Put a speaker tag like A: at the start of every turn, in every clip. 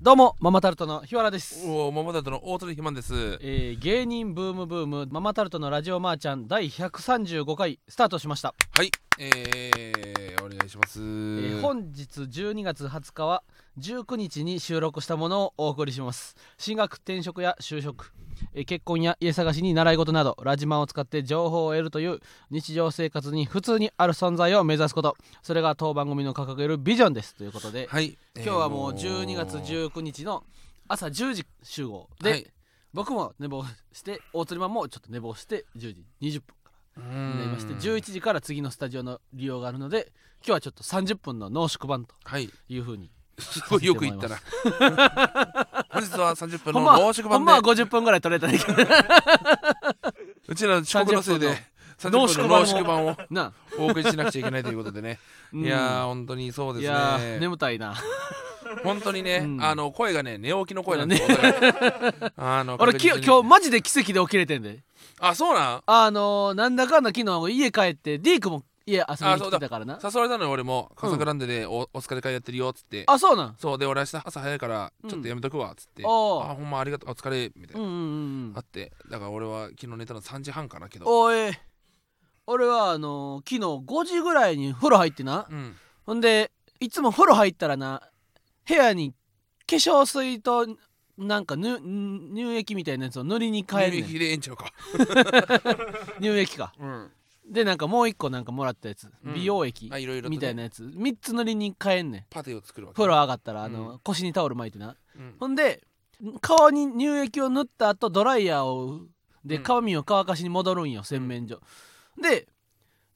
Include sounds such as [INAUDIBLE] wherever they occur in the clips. A: どうもママタルトの日原です、
B: おお、桃太郎の大鳥ひまんです。
A: えー芸人ブームブームママタルトのラジオマーちゃん第135回スタートしました、
B: はい、えー、お願いします。
A: えー本日12月20日は19日に収録したものをお送りします進学転職や就職、えー結婚や家探しに習い事などラジマンを使って情報を得るという日常生活に普通にある存在を目指すことそれが当番組の掲げるビジョンですということで、
B: はい、えー
A: 今日はもう12月19日の朝10時集合で、
B: はい
A: 僕も寝坊して大鳥マンもちょっと寝坊して10時20分か
B: う
A: ら
B: ーん
A: 寝まして11時から次のスタジオの利用があるので今日はちょっと30分の濃縮版と
B: はい、
A: いうふうに
B: すごいよく言ったな。
A: [LAUGHS]
B: 本日は30
A: ほ
B: 分の
A: んまは
B: 濃縮
A: ほん
B: 版
A: まは
B: で、
A: 50分ぐらい取れたらいいけど
B: うちらの遅刻のせいで、
A: 30
B: 30
A: 分の
B: 分の濃縮版を
A: なあ
B: お送りしなくちゃいけないということでね。
A: うん
B: いやー、本当にそ
A: い
B: うです
A: やー
B: ね。
A: 眠たいな
B: 本当にね
A: う、ん
B: あの、声がね、寝起きの声なんですよ。お
A: [LAUGHS]
B: 互いあの
A: 俺き
B: 確実
A: 今
B: に
A: 日マジで奇跡で起きれてんで
B: あ、そうなん
A: あのー、なんだかんだ昨日家帰ってディークも家遊びに来てたからな
B: 誘われたのよ俺も「カサグランデでおお疲れ会やってるよ」っつって
A: あそうなん
B: そうで俺明日朝早いからちょっとやめとくわっつって、
A: うん
B: あ
A: おー
B: ほんまありがとうお疲れみたい
A: うん
B: な、
A: うんうんうん
B: あってだから俺は昨日寝たの3時半かなけど
A: おい俺はあのー昨日5時ぐらいに風呂入ってな
B: うん
A: ほんでいつも風呂入ったらな部屋に化粧水となんかぬん乳液みたいなやつを塗りに変えるねん
B: 入れえんちゃうか
A: 乳液か
B: うん
A: でなんかもう一個なんかもらったやつ、
B: うん
A: 美容液
B: あいろいろとね
A: みたいなやつ3つ塗りに変えんねん
B: パテを作るわけ
A: 風呂上がったらあの、
B: うん
A: 腰にタオル巻いてな
B: うん
A: ほんで顔に乳液を塗った後ドライヤーをで
B: うん
A: 髪を乾かしに戻るんよ洗面所、で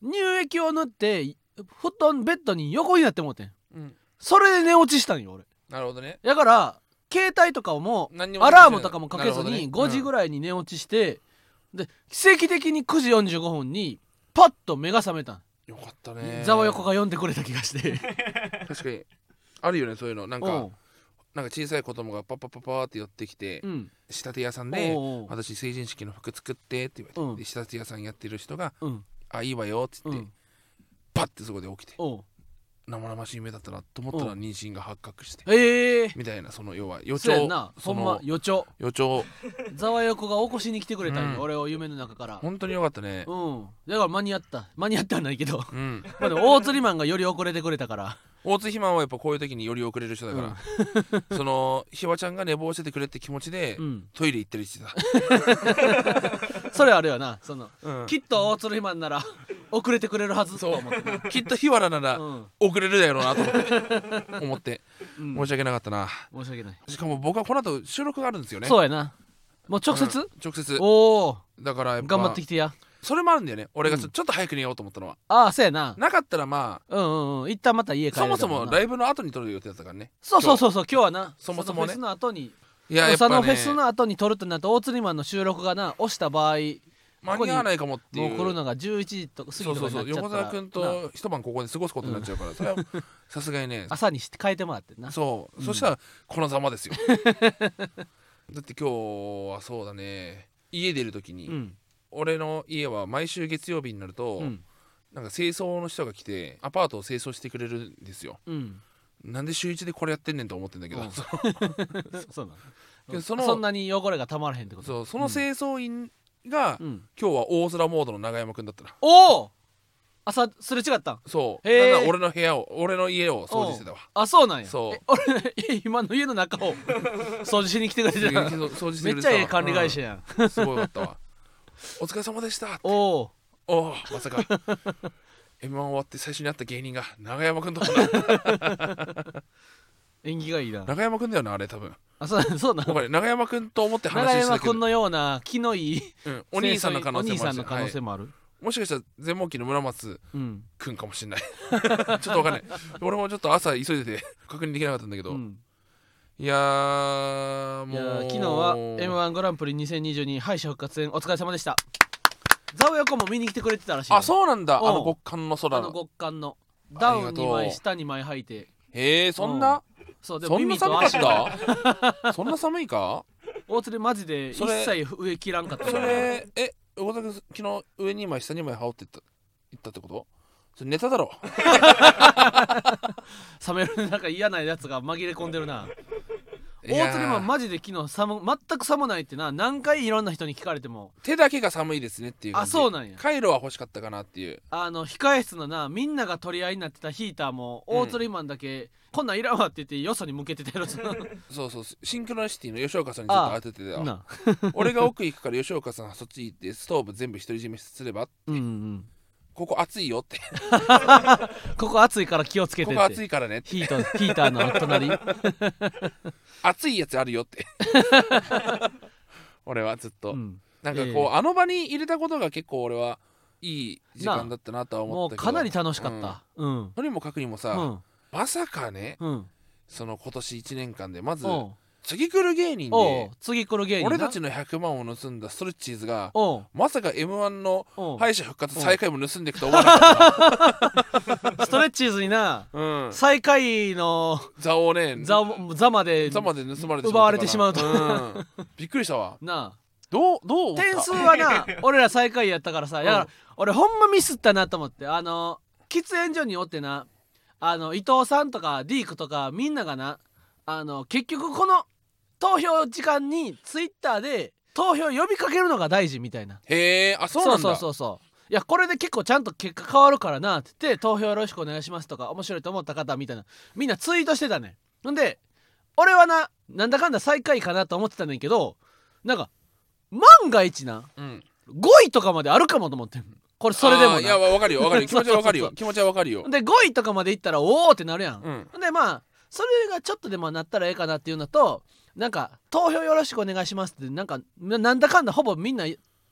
A: 乳液を塗って布団ベッドに横になってもうてん
B: うん
A: それで寝落ちしたんよ俺
B: なるほどね
A: だから携帯とかをも
B: 何にも
A: アラームとかもかけず
B: なるほどね
A: に5時ぐ
B: ら
A: らいに寝落ちして、で奇跡的に9時45分にパッと目が覚めたん
B: い、よかったね
A: ざわ横が読んでくれた気がして
B: 確かにあるよねそういうの [LAUGHS] なん
A: お
B: か
A: う
B: なんか小さい子供がパッパッパッパーって寄ってきて、
A: うん
B: 仕立て屋さんで
A: おうおう
B: 私成人式の服作ってって言われて、
A: うん
B: で仕立て屋さんやってる人が
A: うん
B: あいいわよっつって、
A: うん
B: パッてそこで起きて
A: おう
B: 生々しい夢だったなと思ったら妊娠が発覚して
A: ええー、
B: みたいなその要は予
A: そうや
B: 兆
A: んなほ
B: そ
A: んま
B: の
A: 予兆
B: 予兆
A: ざわよこが起こしに来てくれたんよ、
B: うん
A: 俺を夢の中から
B: 本当によかったね
A: うんだから間に合った間に合ってはないけど [LAUGHS]
B: うん
A: まあでも大釣りマンがより遅れてくれたから
B: 大津肥満はやっぱこういう時により遅れる人だから、そのひわちゃんが寝坊しててくれって気持ちで、
A: うん
B: トイレ行ったりしてた、
A: それあれよなその
B: うん
A: きっと大釣りマンなら [LAUGHS] 遅れてくれるはずと思ってな
B: きっと日原なら
A: うん
B: 遅れるだろうなと思って思って
A: うん
B: 申し訳なかったな
A: 申し訳ない
B: しかも僕はこの後収録があるんですよね
A: そうやなもう直
B: う
A: 接
B: ん直接
A: おお
B: だからやっぱ
A: 頑張ってきてや
B: それもあるんだよね俺がちょ,、
A: うん
B: ちょっと早く寝ようと思ったのは
A: ああそうやな
B: なかったらまあ
A: うんうんうん一旦また家帰る
B: そもそもラ
A: イ
B: イブの後に撮る予定だったからね
A: そうそうそうそう今日はな
B: そもそもね
A: のフェスの後に
B: いややっ
A: そ
B: ぱ、ね、
A: のフェスの後に撮るとなると大釣りマンの収録がな押した場合
B: 間に合わないかもってい
A: も
B: う
A: うコロナが11時とか過ぎ
B: そ
A: と
B: う
A: か
B: そう
A: にな
B: そ
A: っ
B: う
A: ちゃったら
B: 横澤君
A: な
B: と一晩ここで過ごすことになっちゃうから、それはさすがにね
A: 朝にして変えてもらってんな
B: そう、
A: うん
B: そしたらこのざまで
A: [LAUGHS]
B: すよだって今日はそうだね家出る時に、
A: うん
B: 俺の家は毎週月曜日になると、
A: うん
B: なんか清掃の人が来てアパートを清掃してくれるんですよ
A: うん
B: なんで週一でこれやってんねんと思ってんだけど、
A: うん
B: そ
A: [LAUGHS] そうなの
B: けどその
A: そんなに汚れがたまらへんってこと
B: うその清掃員が、
A: うん
B: 今日は大空モードの永山君だったな
A: おお朝すれ違ったん
B: そう
A: へー
B: なんなら俺の部屋を俺の家を掃除してたわ
A: [LAUGHS] あそうなんや
B: そう
A: え俺今の家の中
B: [LAUGHS]
A: を掃除しに来てくれてた
B: 掃除して
A: め
B: く
A: っ
B: れて
A: ち
B: た
A: ゃ
B: わ
A: ええ管理会社やん、
B: うんすごいかったわ [LAUGHS] お疲れ様でした
A: おお
B: おおまさか [LAUGHS] M1 終わって最初に会った芸人が永山君だ [LAUGHS] ったな
A: 縁起がいいな
B: 永山君だよなあれ多分
A: あそうそうな
B: 今
A: の
B: 回永山君と思って
A: 長
B: 話して
A: 山
B: たけど
A: 君のような気のいい
B: うんお兄さんの可能性もあるし
A: お兄さんの可能性
B: は
A: もある、
B: いもしかしたら全問期の村松
A: うん
B: 君かもしれない [LAUGHS] ちょっとわかんない俺もちょっと朝急いでて確認できなかったんだけど、
A: うん
B: いやー
A: い
B: も
A: や
B: う
A: ー昨日は m 1グランプリ2022敗者復活戦お疲れ様でしたザオヤコも見に来てくれてたらしいよ
B: あそうなんだ
A: うん
B: あの極寒の空
A: あの
B: の
A: 極寒のダウン
B: ありがと
A: 2
B: う
A: 枚下2枚履いて
B: へえそんな
A: そうでも
B: そんな
A: 耳
B: 寒
A: と
B: かっ
A: 足が
B: た [LAUGHS] そんな寒
A: [LAUGHS]
B: いか
A: 大釣りマジで一
B: それ
A: 切上切らんかった
B: それえ大竹さん昨日上2枚下2枚羽織ってった行ったってことそれネタだろ
A: 冷めるなんか嫌なやつが紛れ込んでるな
B: いや
A: [LAUGHS]
B: ー
A: 大鶴マンマジで昨日寒全く寒ないってな何回いろんな人に聞かれても
B: 手だけが寒いですねっていう感
A: あ
B: じ
A: そうなんや
B: カイロは欲しかったかなっていう
A: あの控え室のなみんなが取り合いになってたヒーターも大鶴マンだけ、こんなんいらんわって言ってよそに向けてたやろその
B: そうそうシンクロニシティの吉岡さんにちょっと当ててたわ
A: な
B: [LAUGHS] 俺が奥行くから吉岡さんそっち行ってストーブ全部独り占
A: [LAUGHS]
B: めすれば
A: うんうん
B: ここ暑いよって
A: ここ暑いから気をつけて
B: こ
A: って
B: こ暑いからねって
A: ヒートヒーターの隣
B: 暑いやつあるよって
A: [LAUGHS]
B: 俺はずっ
A: う
B: と、
A: ん
B: なんかこう、
A: ええ
B: あの場に入れたことが結構俺はいい時間だったなとは思
A: も
B: った
A: う
B: けど
A: かなり楽しかっ
B: うん
A: たうん
B: とにもかくにも
A: う
B: さ、
A: ん
B: まさかね
A: うん
B: その今年1年間でまず
A: おう
B: 次来る芸人
A: おう
B: で
A: 次来る芸人な
B: 俺たちの100万を盗んだストレッチーズが
A: おう
B: まさか m 1の
A: おう
B: 敗者復活再開も盗んでいくと思わなかったか
A: ストレッチーズにな
B: ら、 [LAUGHS] うん、
A: 最下位の
B: 座をね
A: 座座まで
B: 座まで盗まれて
A: 奪われてしまうと
B: たからうんびっくりしたわ
A: なあ
B: どうどう思った
A: 点数は
B: [LAUGHS]
A: な俺ら最下位やったからさ
B: うん
A: だから俺ほんまミスったなと思ってあの喫煙所におってなあの伊藤さんとかディークとかみんながなあの結局この投票時間にツイッターで投票呼びかけるのが大事みたいな
B: へえあそうなんだ
A: そうそうそうそういやこれで結構ちゃんと結果変わるからなって言って投票よろしくお願いしますとか面白いと思った方みたいなみんなツイートしてたねほんで俺はななんだかんだ最下位かなと思ってたねんけどなんか万が一な
B: うん
A: 5位とかまであるかもと思ってんこれそれで
B: あ
A: も
B: ーい
A: な
B: やわわかるよわかるよ気持ちはわか
A: [LAUGHS]
B: る
A: そ
B: よ
A: う
B: 気持ちはわかるよ
A: ほんで5位とかまでいったらおおってなるやん、
B: うん
A: ほんでまあそれがちょっとでもなったらええかなっていうのとなんか投票よろしくお願いしますってなんかななんだかんだほぼみんな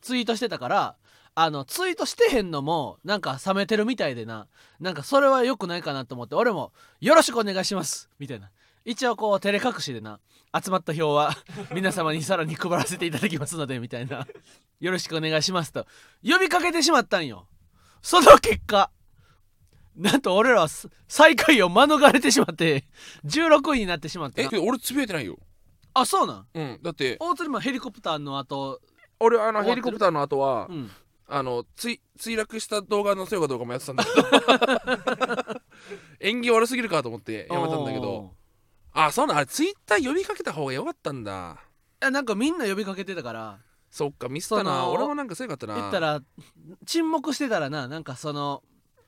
A: ツイートしてたからあのツイートしてへんのもなんか冷めてるみたいでななんかそれは良くないかなと思って俺も「よろしくお願いします」みたいな一応こう照れ隠しでな集まった票は [LAUGHS] 皆様にさらに配らせていただきますのでみたいな「よろしくお願いします」と呼びかけてしまったんよその結果なんと俺らはす最下位を免れてしまって16位になってしまって
B: え
A: な
B: 俺つぶやいてないよ
A: あそうなん
B: うんだって
A: 大鶴マンヘリコプターの後、
B: 俺あ
A: 終わ
B: の
A: ってる
B: ヘリコプターの後は
A: うん、
B: あのつい墜落した動画載せようかどうかもやってたんだけど
A: [LAUGHS]
B: 縁起悪すぎるかと思ってやめたんだけど
A: お
B: あそうなんあれツイッター呼びかけた方がよかったんだ
A: ーいやなんかみんな呼びかけてたから
B: そっかミスった
A: そ
B: な
A: の
B: 俺もなんかそうやかったな
A: 言ったら沈黙してたらななんかその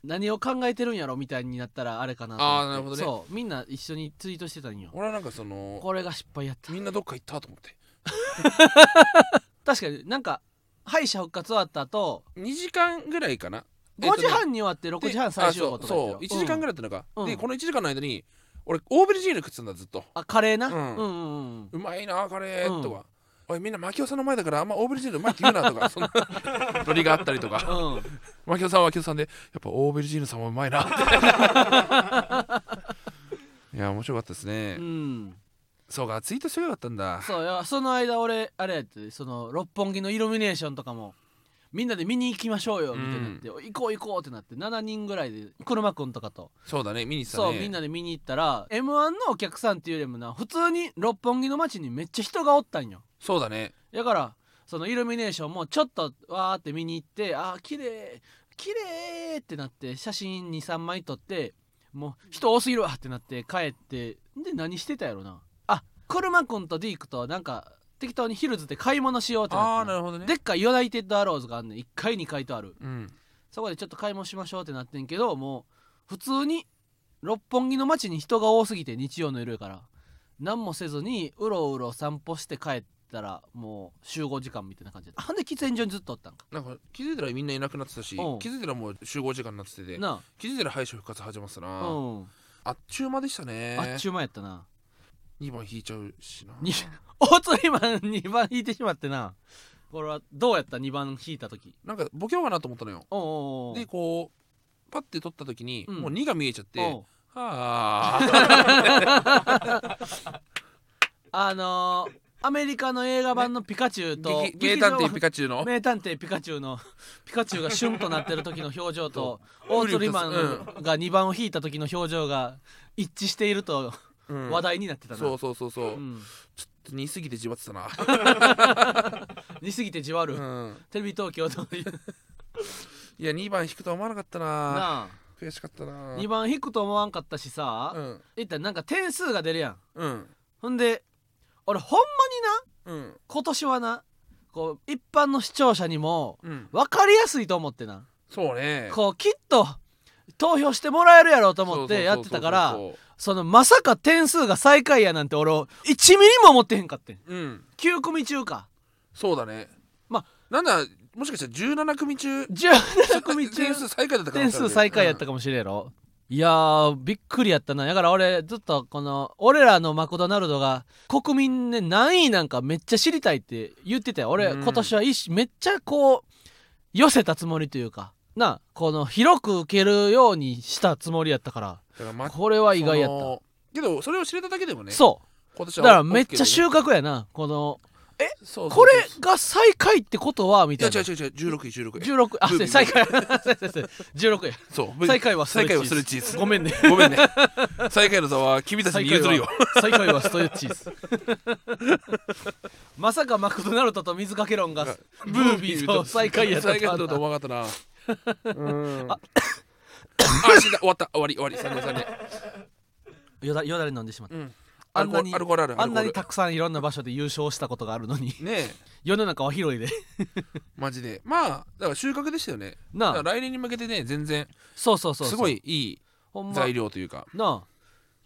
A: 何を考えてるんやろみたいになったらあれかなと思って
B: あーなるほどね
A: そうみんな一緒にツイートしてたんよ
B: 俺はなんかその
A: これが失敗やった
B: みんなどっか行ったと思って
A: 確かになんか敗者復活終わった後
B: 2時間ぐらいかな
A: 5時
B: えっとね
A: 半に終わって6時半
B: で
A: 最終号
B: あ
A: とかや
B: そう
A: った
B: そ
A: よ
B: う1時間ぐ
A: らい
B: らいだったのか、
A: うん
B: でこの1時間の間に俺オーベルジーヌ食ってたんだずっと
A: あカレーなう
B: うんん
A: うんうん
B: うまいなカレ
A: う
B: ー
A: ん
B: とか、おいみんなマキオさんの前だからあんまオーベルジーヌうまいって言うなとかそんな [LAUGHS] ノリがあったりとか
A: うんうん
B: マキオさんはマキオさんでやっぱオーベルジーヌさんもう
A: [LAUGHS]
B: まいなっていや面白かったですね、
A: うん
B: そうかツイートしてよかったんだ
A: そうやその間俺あれやってその六本木のイルミネーションとかもみんなで見に行きましょうよみたいになって、行こう行こうってなって7人ぐらいで車くんとかと、
B: そうだね見に行ってたね
A: そうみんなで見に行ったら m 1のお客さんっていうよりもな普通に六本木の街にめっちゃ人がおったんよ
B: そうだね
A: だからそのイルミネーションもちょっとわーって見に行ってあー綺麗綺麗ってなって写真23枚撮ってもう人多すぎるわってなって帰ってで何してたやろなあ車くんとディークとなんか適当にヒルズで買い物しようって
B: あ
A: なっ
B: あ
A: て
B: な
A: な
B: るほどね
A: でっかいユナイテッドアローズがあんねん1階2階とある
B: うん
A: そこでちょっと買い物しましょうってなってんけどもう普通に六本木の街に人が多すぎて日曜の夜やから何もせずにうろうろ散歩して帰ったらもう集合時間みたいな感じであほんで喫煙所にずっとおったんか
B: なんか気づいたらみんないなくなってたし
A: うん
B: 気づいたらもう集合時間になってて
A: な
B: 気づいたら敗者復活始まってた
A: あ
B: な、
A: うん
B: あっちゅう間でしたね
A: あっちゅう前やったな
B: 2番引いちゃうしな
A: に [LAUGHS] 大鳥マン2番引いてしまってなこれはどうやった2番引いた時
B: なんかボケようかなと思ったのよ
A: おうおうおう
B: でこうパッて取った時に、
A: うん
B: もう2が見えちゃって、
A: おう
B: はあ
A: あのーアメリカの映画版のピカチュウと、
B: 劇名探偵ピ
A: カ
B: カチュウの
A: 名探偵ピカチュウの [LAUGHS] ピカチュウがシュンとなってる時の表情とオートリマンが2番を引いた時の表情が一致していると
B: うん
A: 話題になってたな、
B: そうそうそうそ
A: う
B: う、
A: ん
B: ちょっと似すぎて自罰だな、
A: 似すぎてじわる、
B: うん、
A: テレビ東京という
B: いや2番引くとは思わなかったな
A: なあ
B: 悔しかったな
A: 2番引くと思わんかったしさ、
B: うん
A: いったらなんか点数が出るやん
B: うん
A: ほんで俺ほんまにな
B: うん
A: 今年はなこう一般の視聴者にも
B: うん
A: 分かりやすいと思ってな
B: そうね
A: こうきっと投票してもらえるやろうと思ってやってたからそのまさか点数が最下位やなんて俺1ミリも思ってへんかってん
B: うん
A: 9組中か
B: そうだね
A: ま
B: なんだもしかしたら17組中
A: 17組中
B: 点数最下位だったか
A: 点数最下位やった
B: か
A: かもしれんやろ、いやーびっくりやったなだから俺ずっとこの俺らのマクドナルドが国民ね何位なんかめっちゃ知りたいって言ってたよ俺、
B: うん
A: 今年はいいしめっちゃこう寄せたつもりというかなあこの広く受けるようにしたつもりやったから
B: だからまあ
A: これは意外やった
B: そ
A: そ,、
B: のけどそれを知れただけでもね今年
A: うだ
B: は
A: からめっちゃ
B: シュ
A: 収穫やなこの
B: そうそうそう
A: これが最下位ってことはみ
B: い
A: た
B: や
A: いな
B: 違う違う違う16位16位
A: 16あ
B: ブ
A: せ
B: ービー
A: 最下位 [LAUGHS] せやせやせや16や
B: そう
A: 最下位はストレ
B: 最
A: ッチー
B: 下位は
A: ズ
B: ストレッチーズ
A: ごめんね
B: ごめんね最下位の座は君たちに譲るよ
A: 最下位はストレッチーズ [LAUGHS] まさかマクドナルドと水かけ論がブービーと最下位やった
B: 最下位だ
A: と
B: と
A: は
B: 思わなかったなうんああ死んだ終わった終わり終わり最後最後
A: よだよだれ飲んでしまった、
B: うん
A: あんなに
B: アルコールアルコールある
A: あんなに
B: アルコー
A: たくさんいろんな場所で優勝したことがあるの
B: [LAUGHS]
A: に
B: ルねえ
A: 世の中は広いで
B: マジでまあだから収穫でしたよねだか
A: なあ
B: ら来年に向けてね全然
A: そうそうそうそう
B: すごいい
A: ほん
B: い
A: ま
B: 材料というか
A: なあ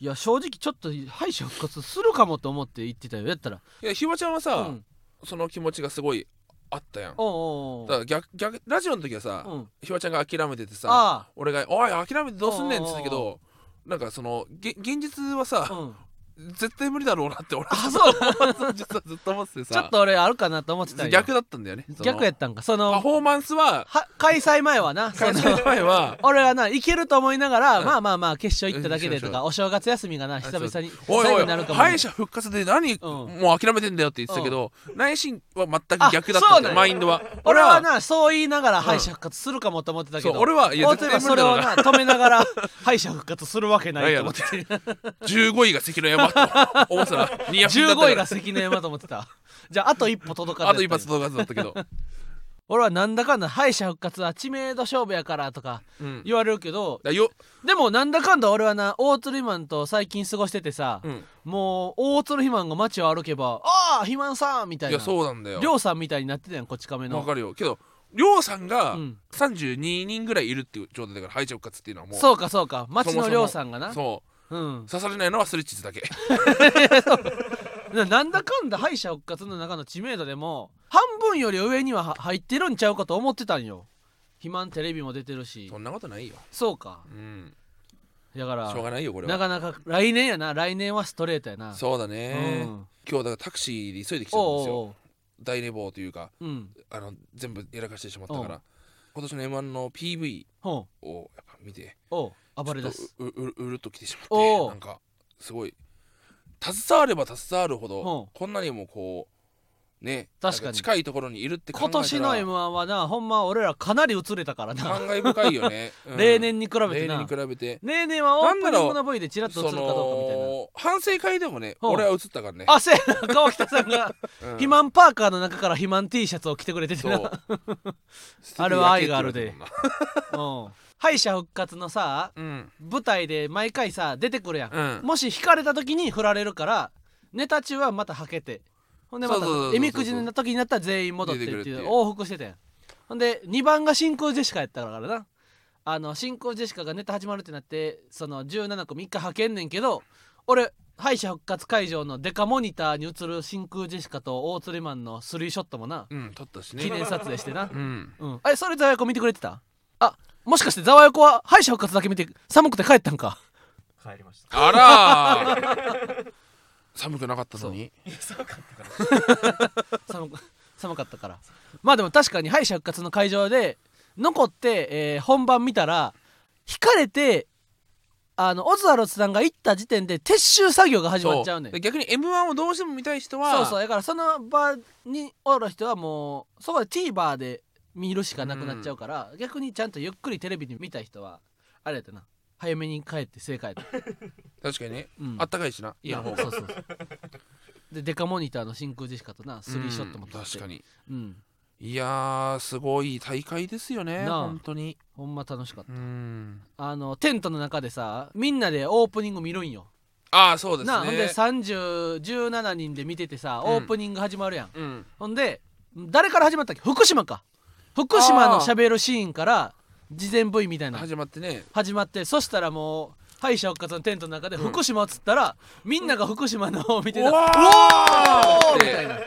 A: いや正直ちょっと敗者復活するかもと思って言ってたよやったら
B: いやひわちゃんは
A: う
B: さ
A: ん
B: その気持ちがすごいあったやんだ
A: おうおう
B: から逆逆ラジオの時はさ
A: おううん
B: ひわちゃんが諦めててさ
A: あ
B: 俺が「おい諦めてどうすんねん」っつった
A: お
B: け
A: う
B: どなんかそのげ現実は
A: あ
B: さ
A: うん
B: 絶対無理だろうなって俺
A: あそう
B: 実はずっと思ってて
A: [LAUGHS] ちょっ
B: さ
A: と俺あるかなと思ってたんよ
B: 逆だったんだよねその
A: 逆やったんかその
B: パフォーマンスは
A: は開催前はなそ
B: 開
A: の
B: 催前は
A: 俺はないけると思いながら、
B: うん
A: まあまあまあ決勝行っただけでと
B: うん
A: かお正月休みがな [LAUGHS] 久々に
B: 「 [LAUGHS] おい
A: 最
B: お
A: 後
B: い
A: になるかもね、
B: 敗者復活で何
A: うん
B: もう諦めてんだよ」って言ってたけど内心は全く逆だっ
A: あそ
B: た
A: うんなん
B: だよ
A: や
B: マインドは
A: 俺は
B: 俺は
A: なそう言いながら
B: ん
A: 敗者復活するかもと思ってたけ
B: そう
A: ど、
B: 俺はいや
A: 大手
B: 絶
A: が
B: 対無
A: そ
B: 理
A: れを
B: だろ
A: な
B: うな
A: 止めながら [LAUGHS] 敗者復活するわけないと思ってて
B: 15位が関の山と思って
A: [LAUGHS]
B: たらニアピンだったから
A: 15位が関根山と思ってたじゃああと一歩届か
B: あ
A: ず
B: と
A: やっ
B: 一
A: たんや
B: 発届かずだったけど
A: 俺はなんだかんだ敗者復活は知名度勝負やからとか
B: うん
A: 言われるけど
B: だよ
A: でもなんだかんだ俺はな大鶴肥満と最近過ごしててさ、
B: うん
A: もう大鶴肥満が街を歩けば「ああ肥満さん!」みたい
B: い
A: な
B: やそうなんだよ
A: りょうさんみたいになってたやんこっち亀
B: わ
A: の
B: かるよけどりょうさんが
A: うん
B: 32人ぐらいいるっていう状態だから敗者復活っていうのはもう
A: そうかそうか町
B: そも
A: の
B: そも
A: りょうさんがな
B: そ
A: うん
B: う刺されないのはスレッチーズだけ
A: ななんだかんだ敗者復活の中の知名度でも半分より上にはは入ってるんちゃうかと思ってたんよ肥満テレビも出てるし
B: そんなことないよ
A: そうか
B: うん
A: だか
B: しょう
A: ら
B: がないよこれ
A: な
B: は
A: かなか来年やな来年はストレートやな
B: そうだ
A: うん
B: ね今日だからタクシーで急いで来ちゃったん
A: お
B: です
A: うお
B: よ
A: うお
B: 大寝坊というか
A: ううん
B: あの全部やらかしてしまったか
A: う
B: ら今年の m 1の PV
A: ほう
B: をやっぱ見て
A: おう暴れ
B: ち
A: 出
B: ょっと
A: す
B: ううううるっと来てしまっ
A: お
B: て
A: う
B: なんかすごい携われば携わるほ
A: うん
B: どこんなにもこうね
A: 確かに
B: なん近いところにいるって考え
A: 今
B: たら
A: 年の m 1はなほんま俺らかなり映れたからな、
B: 感慨深いよね、うん
A: 例年に比べて
B: 例年
A: な
B: に比べて
A: 例年はオープニングの V でチラッと映る
B: そ
A: かどうかみたいな
B: の反省会でもね
A: うん
B: 俺は映ったからね
A: あせやな川北さんが
B: うん
A: 肥満パーカーの中から肥満 T シャツを着てくれてて
B: そ
A: な
B: う
A: [LAUGHS] あれは愛があるで
B: スティック焼けって言われてたもんな
A: うん敗者復活のさ
B: うん
A: 舞台で毎回さ出てくるやん、
B: うん
A: もし引かれた時に振られるからネタ中はまたはけてほんでまた
B: そうそうそうそう
A: えみくじの時になったら全員戻ってって
B: 出て
A: い
B: くるっ
A: う
B: ていう
A: 往復してたやんほんで2番が真空ジェシカやったからなあの真空ジェシカがネタ始まるってなってその17組1回はけんねんけど俺敗者復活会場のデカモニターに映る真空ジェシカと大釣りマンのスリーショットもな
B: うん撮ったしね
A: 記念撮影してな
B: うん
A: うん、あれそれざわやこ見てくれてたあもしかしてざわやこは敗者復活だけ見て寒くて帰ったんか
C: 帰りました
B: あらー [LAUGHS] 寒くなかったのに
C: いや寒かったから
A: 寒 [LAUGHS] く寒かったからまあでも確かに敗者復活の会場で残って、えー本番見たら引かれてあのオズワルドさんが行った時点で撤収作業が始まっちゃうねん
B: で逆に m 1をどうしても見たい人は
A: そうそうだからその場におる人はもうそこで TVer で見るしかなくなっちゃうから、逆にちゃんとゆっくりテレビで見たい人はあれやったな早めに帰って正解だ、
B: 確かにね
A: うん
B: あったかいしな家の方が
A: そうそうそうでデカモニターの真空ジェシカとなスリーショットも撮
B: うん
A: って
B: 確かに
A: うん
B: いやーすごい大会ですよね
A: なあ
B: 本当に
A: ほんま楽しかった
B: うん
A: あのテントの中でさみんなでオープニング見るんよ
B: ああそうですね
A: なあほんで3017人で見ててさ
B: うん
A: オープニング始まるやん、
B: うん
A: ほんで誰から始まったっけ福島か福島のしゃべるシーンから事前 V みたいな
B: 始まってね
A: 始まってそしたらもう敗者復活のテントの中で福島っつったら、みんなが福島のを見てた、お
B: ー
A: ー
B: って
A: みたいな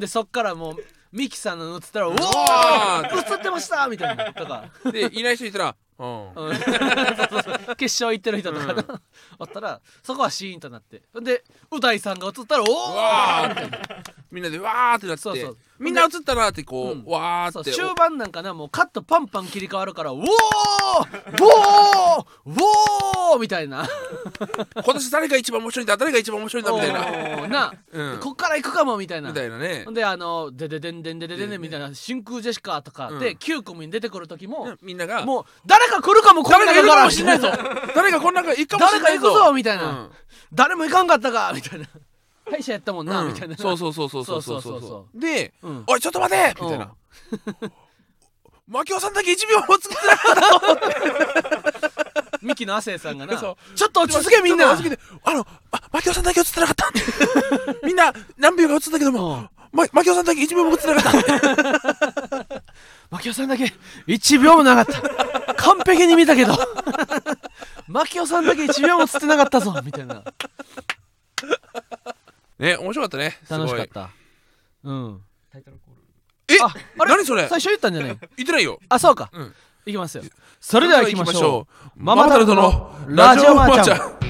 A: [LAUGHS] でそっからもうミキさんの映ったら「おお
B: わー
A: 映ってました!」みたいなとか、
B: でいない人いたらうん
A: うんそうそうそう決勝行ってる人とかな、おったらそこはシーンとなってでう大さんが映ったら「おお!」
B: わーってみんなでわーってなって
A: そうそう
B: みんな映ったなってこう、
A: うん
B: わー
A: そう
B: って
A: 終盤なんかなもうカットパンパン切り替わるから「ウォーウォーウォー!」みたいな。
B: 今年誰が一番面白いんだ誰が一番面白いんだみたいな、
A: おーな、
B: うん
A: こっから行くかもみたいな
B: みたいなね
A: ほんであの「でででんでんでででんでん」みたいな「真空ジェシカ」とか
B: う
A: で
B: ん
A: 9組に出てくる時も、
B: みんなが
A: もう誰か来るかもこん
B: 誰
A: な
B: が
A: だ
B: いる
A: か
B: からもしれないぞ誰がこんな中いるかもし
A: 誰
B: れな
A: か
B: い
A: 行
B: ぞ
A: くぞみたいな、
B: うん
A: 誰も行かんかったかみたいな敗者やったもんな、
B: うん
A: みたいな
B: そうそうそうそうそうそう
A: そ
B: そ
A: そう
B: うう
A: そうそ
B: で、
A: うん
B: おいちょっと待てみたいなマキオさんだけ1秒も作ってなかっ
A: ミキの亜生さんがなちょ
B: そ
A: っと
B: た
A: 落ち着けみんな
B: ちょっと落ち着けてあのあマキオさんだけ映ってなかった [LAUGHS] みんな何秒か映ってたけども、
A: うん
B: まマキオさんだけ1秒も映ってなかった
A: マキオさんだけ1秒もなか [LAUGHS] った完璧に見たけどマキオさんだけ1秒も映ってなかったぞみたいな
B: ね面白かったねすご
A: 楽
B: い
A: しかったうん
C: タイトルコール
B: え
A: ああれ
B: 何それ
A: 最初言ったんじゃない
B: 言ってないよ
A: あそうか、
B: うん
A: いきますよそれでは行きましょう
B: うママタルトのラジオマーちゃん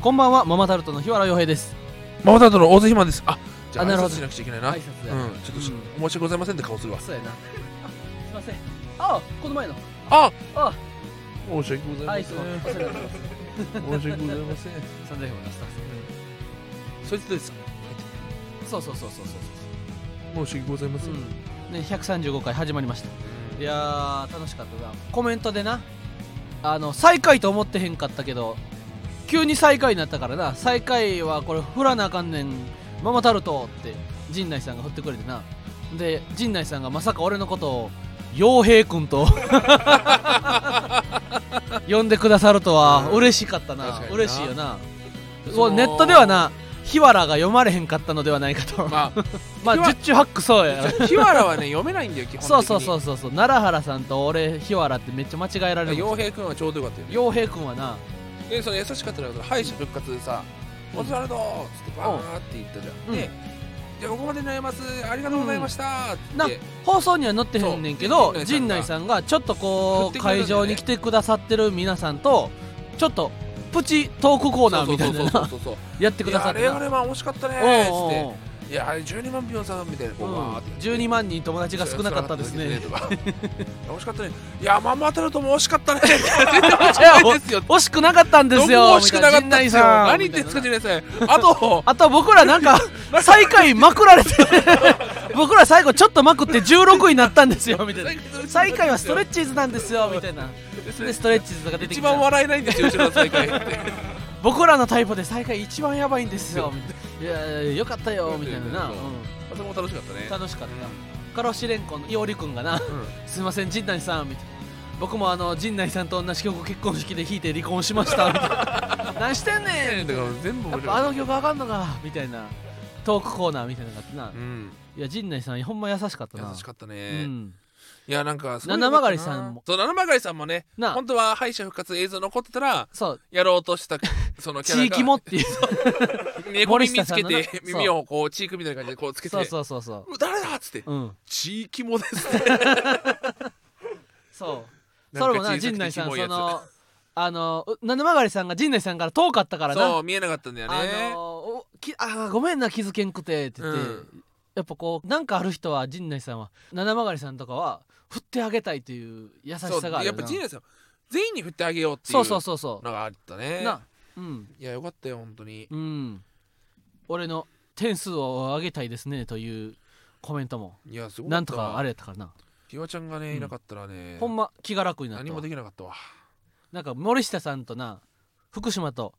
A: こんばんはママタルトの日原洋平です
B: ママタルトの大津ひまんですあじゃあ
A: あなるほ
B: 挨
A: ど
B: 拶しなくちゃいけないな
A: 挨拶だな
B: うんちょっとし
A: うん
B: 申し訳ございませんって顔するわ
A: そうやなすいませんあこの前の
B: あ
A: あ
B: 申し訳ござ
A: ア
B: い
A: イ
B: ま
A: ス
B: せ
A: のお世話になります
B: ん申し訳ございません
A: 3000円を出した
B: [LAUGHS] そいつです
A: そうそうそうそうそ
B: 申し訳ございません、
A: う、うん、ね135回始まりましたいやー楽しかったなコメントでなあの最下位と思ってへんかったけど急に最下位になったからな最下位はこれ振らなあかんねんママタルトって陣内さんが振ってくれてなで陣内さんがまさか俺のことを傭兵君 [LAUGHS] と呼んでくださるとは
B: うん
A: 嬉しかったな
B: 確かにな
A: 嬉しいよな
B: その
A: うわネットではな日原が読まれへんかったのではないかと
B: ま
A: [LAUGHS] まあ
B: 日原
A: 十中八九そうやな
B: あ日原はね読めないんだよ基本的に
A: そうそうそうそうそう奈良原さんと俺日原ってめっちゃ間違えられる
B: 洋平君はちょうどよかったよね
A: 洋平君はな
B: でその優しかったのが敗者復活でさ「
A: うん
B: オズワルド!」っつってバーって言ったじゃん、
A: うん
B: で「じゃあここまでになりますありがとうございました」って言って、
A: 放送には載ってへんねんけど
B: そう
A: 陣
B: 陣
A: 内
B: 内
A: さ
B: さ
A: んがちょっとこう
B: 振ってくれる
A: 会
B: んだよね
A: 場に来てくださってる皆さんとちょっとプチトークコーナーみたいな
B: そうそ
A: な
B: うそうそうそう
A: やってく
B: い
A: だ
B: や
A: さっ
B: あ
A: て
B: れ
A: な
B: あれは惜しかったね
A: おうおうお
B: ー
A: う
B: っつって「いやあれ12万票さん」みたいなこう
A: うん
B: わーって
A: 12万人友達が少なかったですね
B: とか [LAUGHS] 惜しかったねいやママタルトも惜しかったね
A: [LAUGHS] いや
B: ですよ
A: 惜しくなかったんです
B: [LAUGHS] どこ
A: よ
B: も惜しくなかっ
A: み
B: た
A: た
B: ん
A: い陣内
B: ですよ
A: さん
B: 何言ってんすか陣内さんあと
A: あと僕らなん [LAUGHS] か最下位まくられて [LAUGHS] 僕ら最後ちょっとまくって16位になったんですよみたいな最下位はストレッチーズなんですよみたいなでストレッチーズが出てき
B: 一
A: た
B: 番笑えないんですようちの最下位 [LAUGHS] って
A: 僕らのタイプで最下位一番やばいんですよみたいないやいやよかったよみたいなな、
B: そう
A: う
B: あそこも楽しかったね
A: ん楽しかったカロシレンコのいおりくんがな [LAUGHS] 「すいません陣内さん」みたいな僕もあの陣内さんと同じ曲を結婚式で弾いて離婚しましたみたいな [LAUGHS] 何してんねん
B: だから全部
A: や
B: 面
A: っ
B: 白
A: ぱあの
B: かった
A: 曲あかんのかみたいなトークコーナーみたいなのがあってな、
B: うん
A: いや陣内さんほんま優しかったな
B: 優しかった
A: う
B: ね
A: ん、
B: いやなんかすごい
A: 七曲りさんも
B: そう七曲りさんもね
A: な
B: 本当は敗者復活映像残ってたら
A: そう
B: やろうとした [LAUGHS] そのキャラ
A: [LAUGHS] 地
B: が
A: 域も
B: [LAUGHS]
A: っていう
B: 猫耳
A: 森
B: つけ
A: 下さ
B: て
A: んのな
B: 耳をこうチークみたいな感じでこうつけて
A: そうそうそうそう
B: わ誰だっつって
A: ううん
B: 地域もですね
A: そう
B: な
A: そ
B: んか
A: れもな
B: 小さく
A: 陣
B: て
A: 内さん
B: キモいや
A: そ
B: つ
A: のあのう七曲さんが陣内さんから遠かったからな
B: そう見えなかったんだよね
A: あのおきあーごめんな気づけんくてって言って、
B: うん
A: やっぱこうなんかある人は陣内さんは七曲さんとかは振ってあげたいという優しさ
B: そう
A: がある
B: や
A: よ
B: っ
A: な
B: ぱ陣内さん全員に振ってあげようってい
A: そううそうそうそ
B: のがあった
A: う、
B: ね
A: なうん
B: いやよかったよ本当に
A: うん俺の点数を上げたいですねというコメントも
B: いやすごかった
A: なんとかあれやったからな、
B: ひわちゃんが
A: うん
B: ねいなかったらね
A: ほんま気が楽になった
B: 何
A: わ
B: もできなかったわ
A: なんか森下さんとな福島と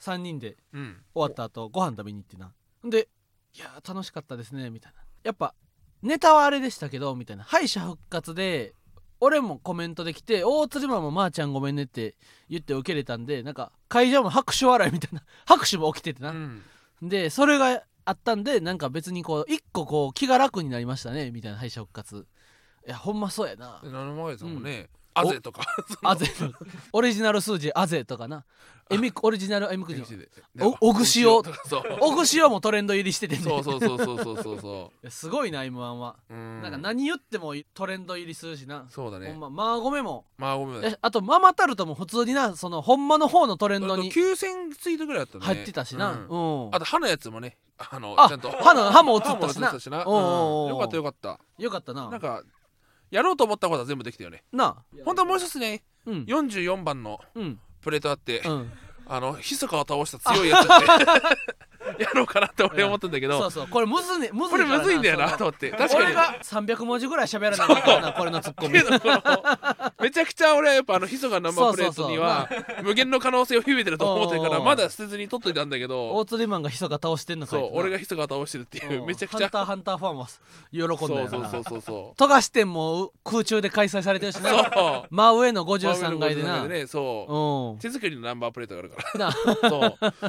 A: 3人で
B: うん
A: 終わった後ご飯食べに行ってなで「いやー楽しかったですね」みたいなやっぱネタはあれでしたけどみたいな敗者復活で俺もコメントできて大鶴間も「まーちゃんごめんね」って言って受けれたんでなんか会場も拍手笑いみたいな [LAUGHS] 拍手も起きててな、
B: うん
A: でそれがあったんでなんか別にこう一個こう気が楽になりましたねみたいな敗者復活いやほんまそうやな
B: で七前さんもね、
A: ん
B: あぜとか
A: あぜオリジナル数字あぜとかなえみオリジナルえみくじ
B: 現地で
A: おおぐしお
B: とかそう
A: おぐしよもトレンド入りしててね
B: そうそうそうそうそうそうそ
A: いやすごいな m 1は、
B: ううん
A: なんか何言ってもトレンド入りするしな、
B: そうだ
A: ほ
B: ね
A: んまマーゴメも、
B: まあごめんなさ
A: えあとママタルトも普通になそのほんまの方のトレンド
B: い
A: に
B: 9000ツイートぐらいだったね
A: 入ってたしな、
B: う
A: うんん
B: あと歯のやつもねあの
A: あ
B: ちゃんと
A: 歯の歯も映ったし
B: 歯も映っ
A: な
B: たしな
A: おうおうおう
B: よかったよかった
A: よかったな
B: なんかやろうと思ったことは全部できたよね
A: なあ
B: 本当はもう一つね
A: うん
B: 44番の
A: うん
B: プレートあって、
A: うん
B: あのひそかを倒した強いやつってやろうかなって俺は思ったんだけ
A: そ
B: ど
A: うそうこれむず,、ね、むず
B: これむずいんだよな
A: そ
B: と
A: の
B: 思って確か
A: 俺
B: に
A: が300文字ぐらい喋らなかったなこれのツッコミ
B: けどこのめちゃくちゃ俺はやっぱあのひそかの生プレートには無限の可能性を秘めてると思ってるか
A: おうお
B: ら
A: うおう
B: まだ捨てずに取っといたんだけど
A: 大釣りマンがひそか倒してんのか
B: そう俺が
A: が
B: ひそかを倒してるっていうめちゃくち
A: ハン
B: ゃ
A: ターハンターファンは喜んだ
B: そ
A: よ
B: うそう
A: な
B: そうそうそ
A: 富樫店も空中で開催されてるし
B: う
A: な
B: そう
A: 真上の53階でな
B: 真上の53階でねそう
A: うん
B: 手作りのナンバープレートがあるから
A: な
B: そう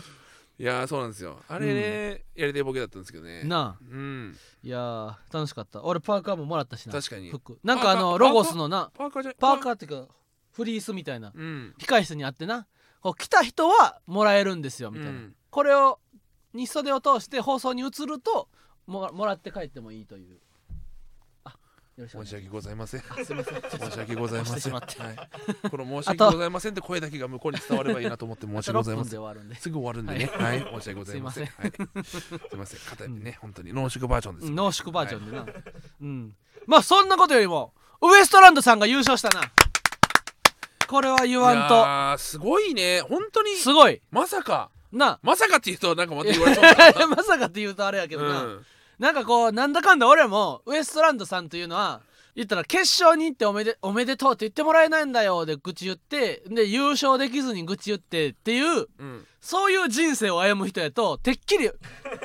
B: いやーそうなんですよあれね、やりたいボケだったんですけどね
A: なあ
B: うん
A: いやー楽しかった俺パーカーももらったしな
B: 確かに
A: 服なんかあ
B: パーカ
A: の
B: ー
A: ロゴスのな
B: パーカーじゃ
A: パーカーっていうかフリースみたいな
B: うん
A: 控室にあってなこう来た人はもらえるんですよみたいな、
B: うん
A: これを日袖を通して放送に移るとももらって帰ってもいいというあよろしくお
B: 申
A: 願い
B: し
A: し
B: 訳ございません
A: ますあすいません
B: 申し訳ございませ
A: 押し
B: ん
A: てしまって
B: [LAUGHS] はい、この申し
A: あ
B: 訳
A: と
B: ございませんって声だけが向こうに伝わればいいなと思って申し訳ご
A: 6
B: ざ
A: 分
B: いま
A: で
B: せ
A: 終
B: ん
A: わるんで
B: すぐ終わるんでねはい、申し訳ございません
A: す
B: はいすいません片にね本当に濃縮バージョンです、
A: うん濃縮バージョンでな、うんまあそんなことよりもウエストランドさんが優勝したなこれは言
B: はい、い
A: わんと
B: やーすごいね本当に
A: すごい
B: まさか
A: な
B: まさかっていうとなんかまた言われそうだな
A: あ [LAUGHS] まさかって言うとあれやけどな、
B: うん
A: なんかこうなんだかんだ俺もウエストランドさんというのは言ったら決勝に行っておめでおめでとうって言ってもらえないんだよで愚痴言ってで優勝できずに愚痴言ってっていう
B: うん、
A: そういう人生を歩む人やとてっきり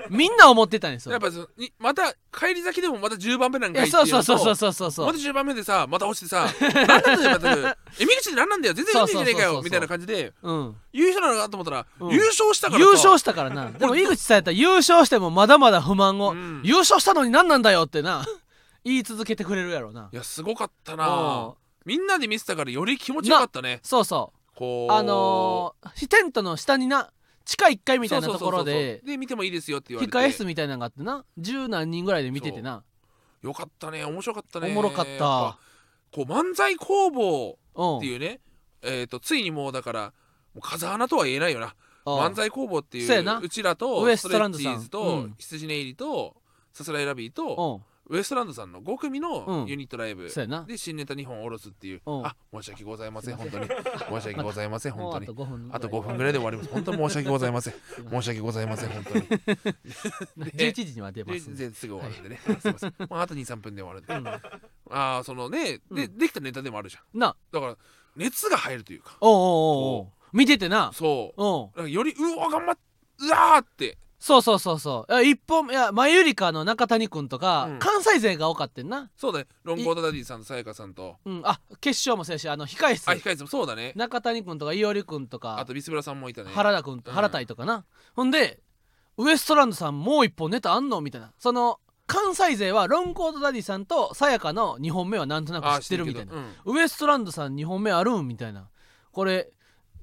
A: みんな思ってたんですよ。
B: やっぱそのにまた帰り先でもまた10番目なん
A: い
B: かい
A: や
B: って
A: そう
B: い
A: そう
B: のと
A: そうそうそうそうそう
B: また10番目でさまた落ちて [LAUGHS] さ「何なんだよまたえみ口で何なんだよ全然意味じゃ
A: そうそうそ
B: ねえか
A: うそ
B: よ」
A: う
B: みたいな感じで
A: うん、
B: 優勝なのかなと思ったら、
A: うん
B: 優勝したからさ
A: 優勝したからなでも井口さんやったら優勝してもまだまだ不満を、
B: うん。
A: 優勝したのに何なんだよってな [LAUGHS] 言い続けてくれるやろない
B: やすごかった
A: う
B: なんみんなで見せたからより気持ちよかったね
A: そうそう
B: こう
A: あのー、テントの下にな地下1階みたいな
B: そう
A: と
B: そう
A: こ
B: そうそ
A: ろ
B: う
A: で
B: で見てもいいですよって言われて
A: 控え室みたいなのがあってな十何人ぐらいで見ててな
B: よかったね面白かった
A: お
B: ね
A: もろかっ
B: やぱ
A: た
B: こう漫才工房
A: うん
B: っていうねえっ、とついにもうだからもう風穴とは言えないよな
A: うん
B: 漫才工房ってい
A: そうやな
B: ううちらと
A: ウエ
B: ス
A: ス
B: ト
A: ト
B: レ
A: ラ
B: ッ
A: ンド
B: チ
A: さん
B: ーズ
A: う
B: と
A: ん
B: 羊ネイリとさすらいラビーと
A: うん
B: ウエストランドさんの5組の
A: うん
B: ユニットライブ
A: そうやな
B: で新ネタ2本おろすっていう
A: うん
B: あ申し訳ございません本当に申し訳ございません
A: も
B: 本
A: う
B: 当
A: あ
B: に
A: と5分
B: あと5分ぐらいで終わります本当に申し訳ございません
A: いませ
B: 申し訳ございません本
A: [LAUGHS]
B: 当に
A: 11時には出ます
B: 全
A: んで
B: 然すぐ終わるんでね、すいませんまあ、あと23分で終わるんで、ああそのねで
A: うん
B: できたネタでもあるじゃん
A: な
B: だから熱が入るというか
A: おうおうおうおう見ててな
B: そう
A: うん
B: だからよりうわ頑張っうわーって
A: そうそうそうそういや一本いや前ゆりかの中谷くんとか、
B: うん
A: 関西勢が多かってんな
B: そうだねロンゴーダダディさんとさやかさんと
A: うんあ決勝もそうやしあの控え室
B: あ控え室もそうだね
A: 中谷くんとかいおりくんとか
B: あとビスブラさんもいたね
A: 原田君
B: うん
A: 原田井とかな、ほんでウエストランドさんもう一本ネタあんのみたいなその関西勢はロングコートダディさんとさやかの2本目はなんとな
B: あ
A: く知ってるみたいな、
B: 知ってるけど
A: ウエストランドさん2本目あるんみたいなこれ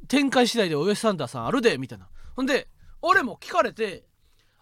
A: 展開次第ではウエストランドさんあるでみたいなほんで俺も聞かれて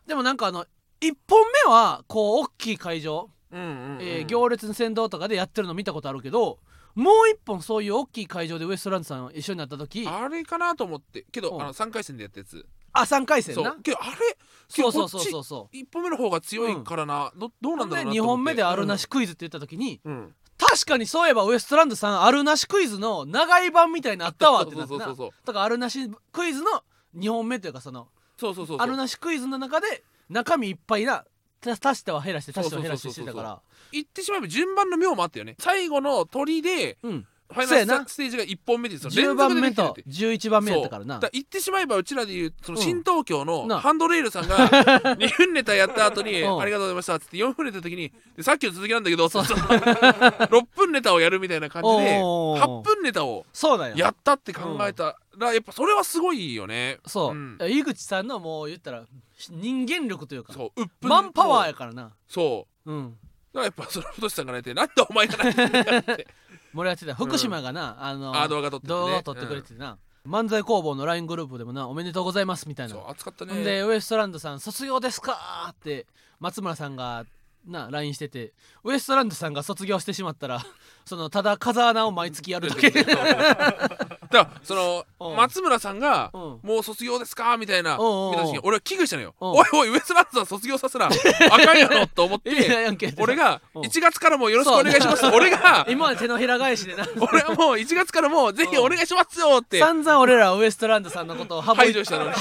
A: でもなんかあの1本目はこう大きい会場、
B: うんうんうんうん
A: えー行列の先導とかでやってるの見たことあるけどもう1本そういう大きい会場でウエストランドさん一緒になった時あ
B: あれかなと思ってけ
A: う
B: ど
A: ん
B: あの3回戦でやったやつ
A: 3回戦
B: そ
A: な
B: うけどあれけ
A: そ
B: ど
A: うそう
B: こ
A: そ
B: っ
A: う
B: ち
A: そうそう
B: 一歩目の方が強いからな、どどうなんだろうな
A: で
B: と
A: 2
B: 思
A: 本
B: って
A: 目であるなしクイズって言った時に、
B: うんうん
A: 確かにそういえばウエストランドさんあるなしクイズの長い版みたいなのあったわってなって
B: そうそう
A: な
B: そうそう
A: だからあるなしクイズの2本目というかその
B: そうそうそうそう
A: あるなしクイズの中で中身いっぱいなた足しては減らして足しては減らしてしてたから
B: 言ってしまえば順番の妙もあったよね最後の鳥で
A: うん
B: ファイ
A: そう
B: ナ
A: や
B: ルス
A: な
B: タステージが1本目でさ
A: 10番目と
B: 連続でできてるって
A: 11番目やったからな
B: そうだ言ってしまえばうちらでいうその
A: うん
B: 新東京
A: な
B: のハンドレールさんが [LAUGHS] 2分ネタやった後に「
A: うん
B: ありがとうございました」っつって4分ネタの時にでさっきの続きなんだけど6 [LAUGHS] 分ネタをやるみたいな感じで
A: おー
B: 8分ネタを
A: そうだよ
B: やったって考えたらやっぱそれはすごいよね
A: そう、
B: ん
A: 井口さんのもう言ったら人間力というか
B: そううっぷん
A: マンパワーやからな
B: そう
A: うん
B: だからやっぱその太さんが泣いて「なんでお前が泣いてんだ」って
A: 盛り上がってた福島がな、あの
B: あー動画撮っててね
A: 動画撮ってくれてな、漫才工房の LINE グループでもな「おめで [LAUGHS] とうございます」みたいな
B: そう熱かった
A: ほんで
B: ね
A: ウエストランドさん「卒業ですか?」って松村さんがな LINE しててウエストランドさんが卒業してしまったら [LAUGHS] そのただ風穴を毎月やる
B: [LAUGHS]
A: だけ
B: だからその
A: うん
B: 松村さんが
A: うん
B: 「もう卒業ですか?」みたいな
A: うんうんうん
B: 見た時に俺は危惧したのよ「
A: うん
B: おいおいウエストランドさん卒業させなあかんや
A: [LAUGHS]
B: ろ」と思っ
A: 意味ない
B: て
A: やんけって
B: 俺が
A: うん
B: 1月からもよろしくお願いします俺が
A: [LAUGHS] 今まで手のひら返しでな
B: 俺はもう1月からもうぜひお願いしますよって
A: 散々俺らはウエストランドさんのことをハブ
B: 排除したのに
A: [LAUGHS]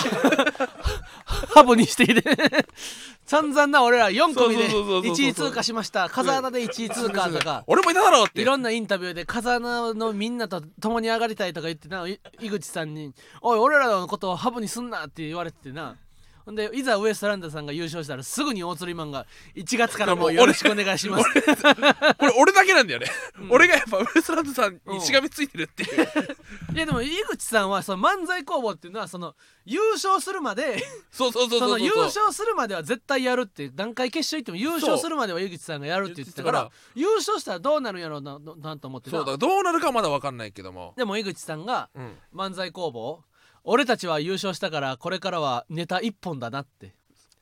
A: ハブにしていて [LAUGHS] 散々な俺ら4組で
B: そうそうそうそうそう
A: 1位通過しました風穴で1位通過とか
B: 俺もいただろうっ
A: い
B: て
A: ろんなインタビューで風穴のみんなと共に上がりたいとか言ってない井口さんに「おい俺らのことをハブにすんな」って言われててなほんでいざウエストランドさんが優勝したらすぐに大釣りマンが「1月からもうよろしくお願いします」
B: これ俺だけなんだよね俺がやっぱウエストランドさんにしがみついてるっていう
A: いやでも井口さんはその漫才工房っていうのはその優勝するまで
B: そうそうそ
A: そ
B: うそ
A: の
B: う
A: 優
B: そう
A: 勝するまでは絶対やるって段階決勝行っても優勝するまでは井口さんがやるって言ってたから
B: 言って
A: 優勝したらどうなるんやろうなななんと思って
B: そうだか
A: な
B: らどうなるかはまだ分かんないけども、
A: でも井口さんが
B: うん、
A: 漫才工房俺たちは優勝したからこれからはネタ一本だなって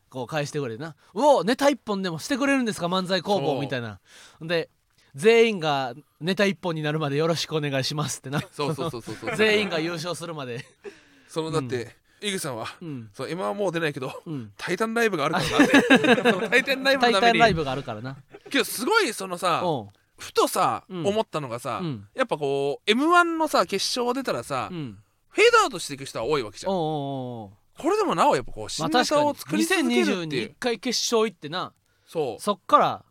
A: こう返してくれてな「うおネタ一本でもしてくれるんですか漫才工
B: そ
A: 房」
B: う
A: みたいなで全員がネタ一本になるまでよろしくお願いしますっ
B: [LAUGHS]
A: てな
B: そうそうそうそうそう
A: 全員が優勝するまで
B: そのだって、井口さんは、
A: うん
B: そう今はもう出ないけど、
A: うん
B: タイタンライブがあ
A: [LAUGHS]
B: るからなそのタイタンライブ
A: 大
B: の
A: 体
B: た
A: ラ
B: め
A: イ
B: に
A: ブがあるからな
B: けどすごいそのさ
A: おう
B: ふとさ、
A: うん
B: 思ったのがさ、
A: うん
B: やっぱこう m 1のさ決勝出たらさ、
A: うん
B: フェードアウトしていく人は多いわけじゃん
A: おうおうおう
B: これでもなおやっぱこう新
A: まあ
B: ネ
A: 確
B: タ
A: かに
B: を作り続ける
A: 2020
B: って
A: に
B: いう、
A: 1回決勝行ってな
B: そう
A: そっから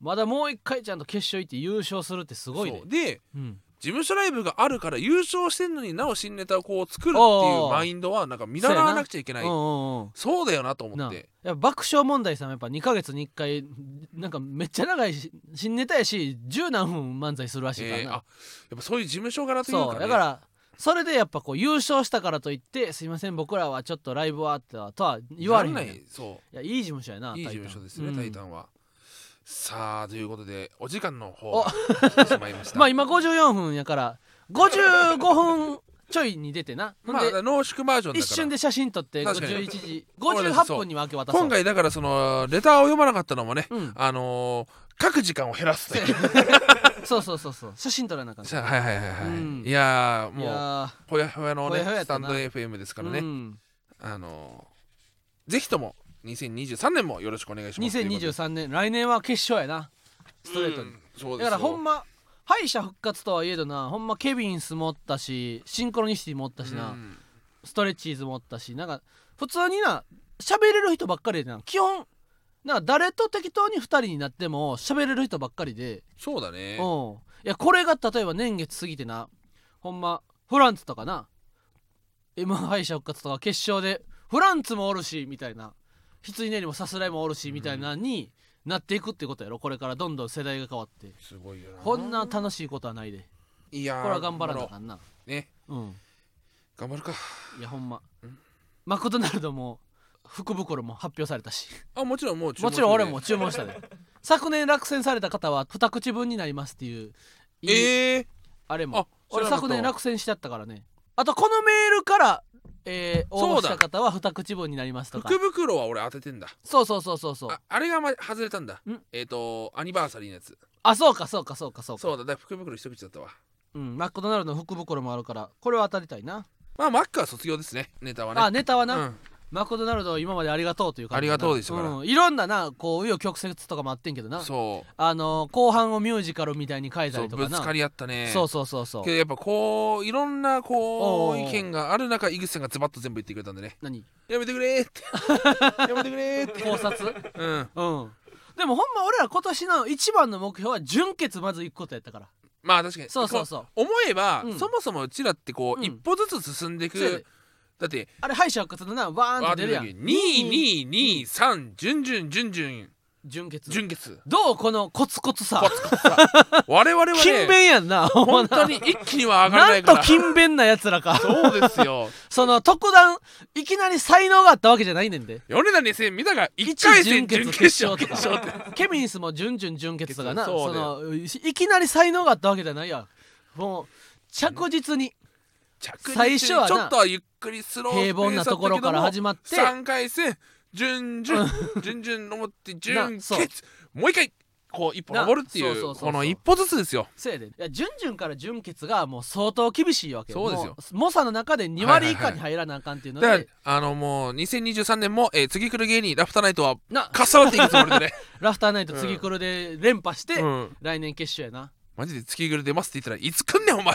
A: まだもう1回ちゃんと決勝行って優勝するってすごいね
B: そうで
A: うん
B: 事務所ライブがあるから優勝してんのになお新ネタをこう作るってい
A: お
B: う
A: ー
B: マインドはなんか見習わなくちゃいけない
A: うんうんうん
B: そうだよなと思
A: な
B: っ
A: あ
B: て
A: やっぱ爆笑問題さんはやっぱ2ヶ月に1回なんかめっちゃ長いし新ネタやし十何分漫才するらしいからな、
B: えーあやっぱそういう事務所柄というか、ね、
A: そうだからそれでやっぱこう優勝したからといってすいません僕らはちょっとライブはとはとは言われへん
B: な
A: や
B: ん
A: ん
B: ない
A: い
B: そ
A: やいい事務所やな
B: ういい事務所ですね、
A: うん
B: タイタンはさあということでお時間の方が来てしまいまし
A: [LAUGHS]
B: た
A: まあ今54分やから55分ちょいに出てなほん
B: まあ
A: で
B: 濃縮バージョンだから
A: 一瞬で写真撮って
B: 確かに
A: 51時
B: 俺たち
A: 58
B: そう
A: 分に分け渡そう
B: 今回だからそのレターを読まなかったのもね、
A: うん
B: あのー、書く時間を減らすという
A: そうそうそう [LAUGHS] そう写真撮らなあかった
B: さあ [LAUGHS] はいはいはいはい、
A: うん
B: いやー
A: い
B: もう
A: や
B: ほやほやの
A: ほ
B: ね
A: やほやや
B: ス
A: った
B: タンド
A: な
B: FM ですか
A: ー
B: らね、
A: うん
B: あのー、ぜひとも2023年もよろしくお願いします
A: 2023年来年は決勝やなストレートに、
B: うんそうで
A: だ
B: す
A: か
B: よ
A: らほんま敗者復活とはいえどなほんまケビンス持ったしシンクロニシティ持ったしな、
B: うん
A: ストレッチーズ持ったしなんか普通にな喋れる人ばっかりでな基本なんか誰と適当に2人になっても喋れる人ばっかりで
B: そうだね
A: うんいやこれが例えば年月過ぎてなほんまフランツとかな M 敗者復活とか決勝でフランツもおるしみたいな羊ねりもさすらいもおるしみたいなになっていくってことやろこれからどんどん世代が変わって
B: すごいよな
A: こんな楽しいことはないで
B: いやー
A: これは頑張らなあかんな
B: ね
A: うん
B: 頑張るか
A: いやほんまマクドナルドも福袋も発表されたし
B: あもちろんもう注
A: も
B: 文
A: ちろん
B: す
A: 俺
B: るね
A: も注文したで昨年落選された方は二口分になりますっていういい
B: ええ
A: あれ
B: あ
A: も俺
B: 知らな
A: 昨
B: かった
A: 年落選しちゃったからねあとこのメールから、えー、応
B: そう
A: 募し
B: だ
A: た方は二口分になりますとか
B: 福袋は俺当ててんだ
A: そうそうそうそうそう
B: あ
A: あ
B: あれが、ま、外れたんだ
A: ん
B: えっ、とアニバーサリーのやつ
A: そうかそうかそうかそうか
B: そうだだから福袋一口だったわ
A: うん、マクドナルドの福袋もあるからこれは当たりたいな、
B: まあマックは卒業ですねネタはね
A: あネタはな、
B: うん、
A: マクドナルド今までありがとうという感じだな
B: ありがとうでしたから
A: ん、いろんななこう紆余曲折とかもあってんけどな
B: そ
A: あのー後半をミュージカルみたいに書
B: う
A: いた
B: そう
A: りとか
B: ぶ
A: な
B: つかり合ったね
A: そうそうそうそう
B: けどやっぱこういろんなこ
A: おう
B: う
A: おう
B: 意見がある中井口さんがズバッと全部言ってくれたんでね
A: 何
B: やめてくれ
A: [LAUGHS]
B: ーってやめてくれーって
A: 考察うん
B: うん
A: でもほんま俺ら今年の一番の目標は純潔まず行くことやったから
B: まあ確かに
A: そうそう
B: こ
A: そう
B: う思えば、
A: うん
B: そもそもうちらってこう、
A: うん
B: 一歩ずつ進んでいく、
A: そうやで
B: だって
A: あれ敗者復活のなバーンって出るやん
B: 2223準々準々
A: 純潔
B: 準決
A: どうこのコツコツさ
B: コツコツさ我々は
A: 勤
B: ね
A: 勉やんなほんま
B: 本
A: な
B: 当に一気には上がら
A: な
B: ない
A: ん
B: か
A: と
B: ら
A: 勤勉なやつらか
B: そうですよ
A: その特段いきなり才能があったわけじゃないねんで
B: 米田2戦見たが1回戦準決勝
A: 一準決
B: 決勝って
A: ケミンスも準々準決とかな
B: そ
A: そう
B: だよ
A: のいいきなり才能があったわけじゃないやんもう着実に
B: 着実
A: 最
B: に
A: 初
B: ち
A: は
B: ょ
A: な
B: っとはゆっくりスロー
A: 平凡なところから始ま
B: ま
A: って
B: 3回戦
A: [LAUGHS]
B: 準々準々登って準
A: な
B: 決
A: そう
B: もう一回こう一歩登るってい
A: なそううそうそうそう
B: この一歩ずつですよ
A: せやでいや準々から準決がもう相当厳しいわけ
B: そうですよ
A: も猛者の中で2割以下に入らなあかんっていうの
B: だ
A: で、
B: からあのもう2023年も、えー次来る芸人ラフターナイトは
A: な
B: 重なっていくつもり
A: [LAUGHS]
B: でね、
A: ラフターナイト次くるで連覇して、
B: うん、
A: 来年決勝やな
B: マジで月来る出ますって言ったらいつ来んねんお前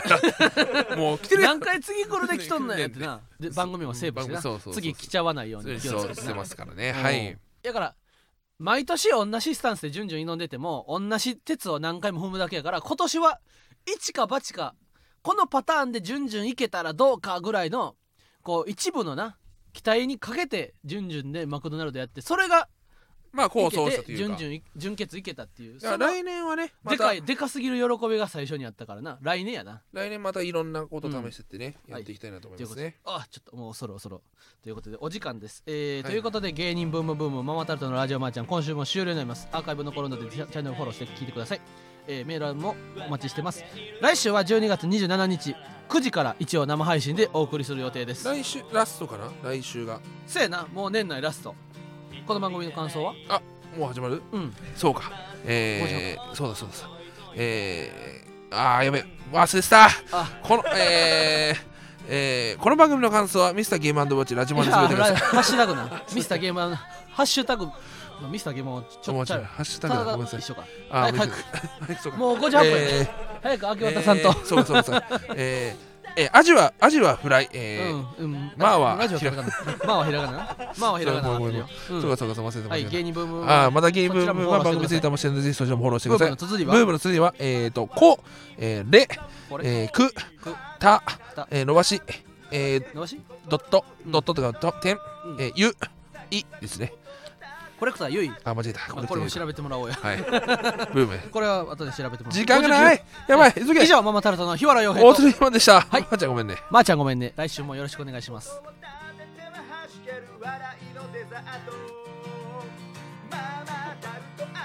A: [LAUGHS]
B: らもう来てるや
A: 何
B: ん
A: 回次くるで [LAUGHS] 来とんのやってなで番組もセーブしてな
B: そうそうそうそう
A: 次来ちゃわないよう
B: そう
A: に気をつ
B: そう
A: け
B: してて
A: な
B: ますからねはい
A: だから毎年同じスタンスで順々挑んでても同じ鉄を何回も踏むだけやから今年は一か八かこのパターンで順々いけたらどうかぐらいのこう一部のな期待にかけて順々でマクドナルドやってそれが
B: まあ
A: い
B: 構
A: け
B: 想したと
A: て
B: いう
A: 順
B: か
A: 々い準決いけたっていう
B: だから
A: その
B: 来年はねま
A: で
B: た
A: か
B: 来
A: いでかすぎる喜びが最初にあったからな来年やな
B: 年またいろんなこと試してってね、
A: うん
B: やっていきたいなと思い
A: という
B: ま
A: こ
B: す
A: とで
B: ね、
A: あちょっともうそろそろということでお時間です、えー
B: い
A: ということで芸人ブームブームママタルトのラジオマーちゃん今週も終了になりますアーカイブ残るのでチャチャンネルフォローして聞いてください、えーメールもお待ちしてます来週は12月27日9時から一応生配信でお送りする予定です
B: 来週ラストかな来週が
A: せやなもう年内ラストこの番組の感想は
B: あもう始まる
A: うん
B: そうかえー、そうだそうだそうだえー、あーやべ忘れてた
A: あ
B: このえーえー、この番組の感想はミスターゲームウォッチラジマ
A: い
B: で
A: や
B: 全てください
A: ラハッシュタグなミスターゲームはハッシュタグまあミスターゲームはち
B: お
A: ょっとち
B: 待
A: ゃ
B: ち
A: う
B: ハッシュタグだごめんなさい
A: 一緒か
B: あ
A: 早く
B: ご
A: 早く
B: めんなさいそうか
A: もう5時アップやで、
B: えー
A: 早く明け渡さんと、
B: えーそうそうそう。えーえーアジはアジはフライ。えー
A: うんうん
B: まあは
A: ラジオひら
B: [LAUGHS]
A: がな。まあはひらがな。まあはひらがな。
B: そうごめんごめ
A: う
B: ん
A: ん
B: そうかそうかそうか忘れてま
A: はい、
B: した
A: 芸。人ブーム。
B: ああまたゲー
A: そちら
B: ム
A: もフォロー
B: ブームは番組ツイッターもしてるのでぜひそちらもフォローしてくだ
A: ブ
B: さ
A: ームの
B: い。
A: 綴りは
B: ブームの次はえっとこえーレ
A: これ、
B: えーくた
A: た
B: えー伸ばしえー
A: 伸ばし
B: ドット
A: うん
B: ドットとかド点
A: うん
B: えーゆいですね。
A: コレクターゆい。
B: あ間違えた。
A: あこれも調
B: べ
A: べてもらおうや。
B: はい。ブーム。
A: これは後で調べてもらおう。
B: 時間がない。やばい。急
A: 59。以
B: げ。
A: 上、ママタルトの日原洋平
B: 大
A: と。
B: 鶴ひまんでした。
A: はい
B: まーちゃんごめんね。
A: まーちゃんごめんね。来週もよろしくお願いします。
D: 立てては弾ける笑いのデザートママタルト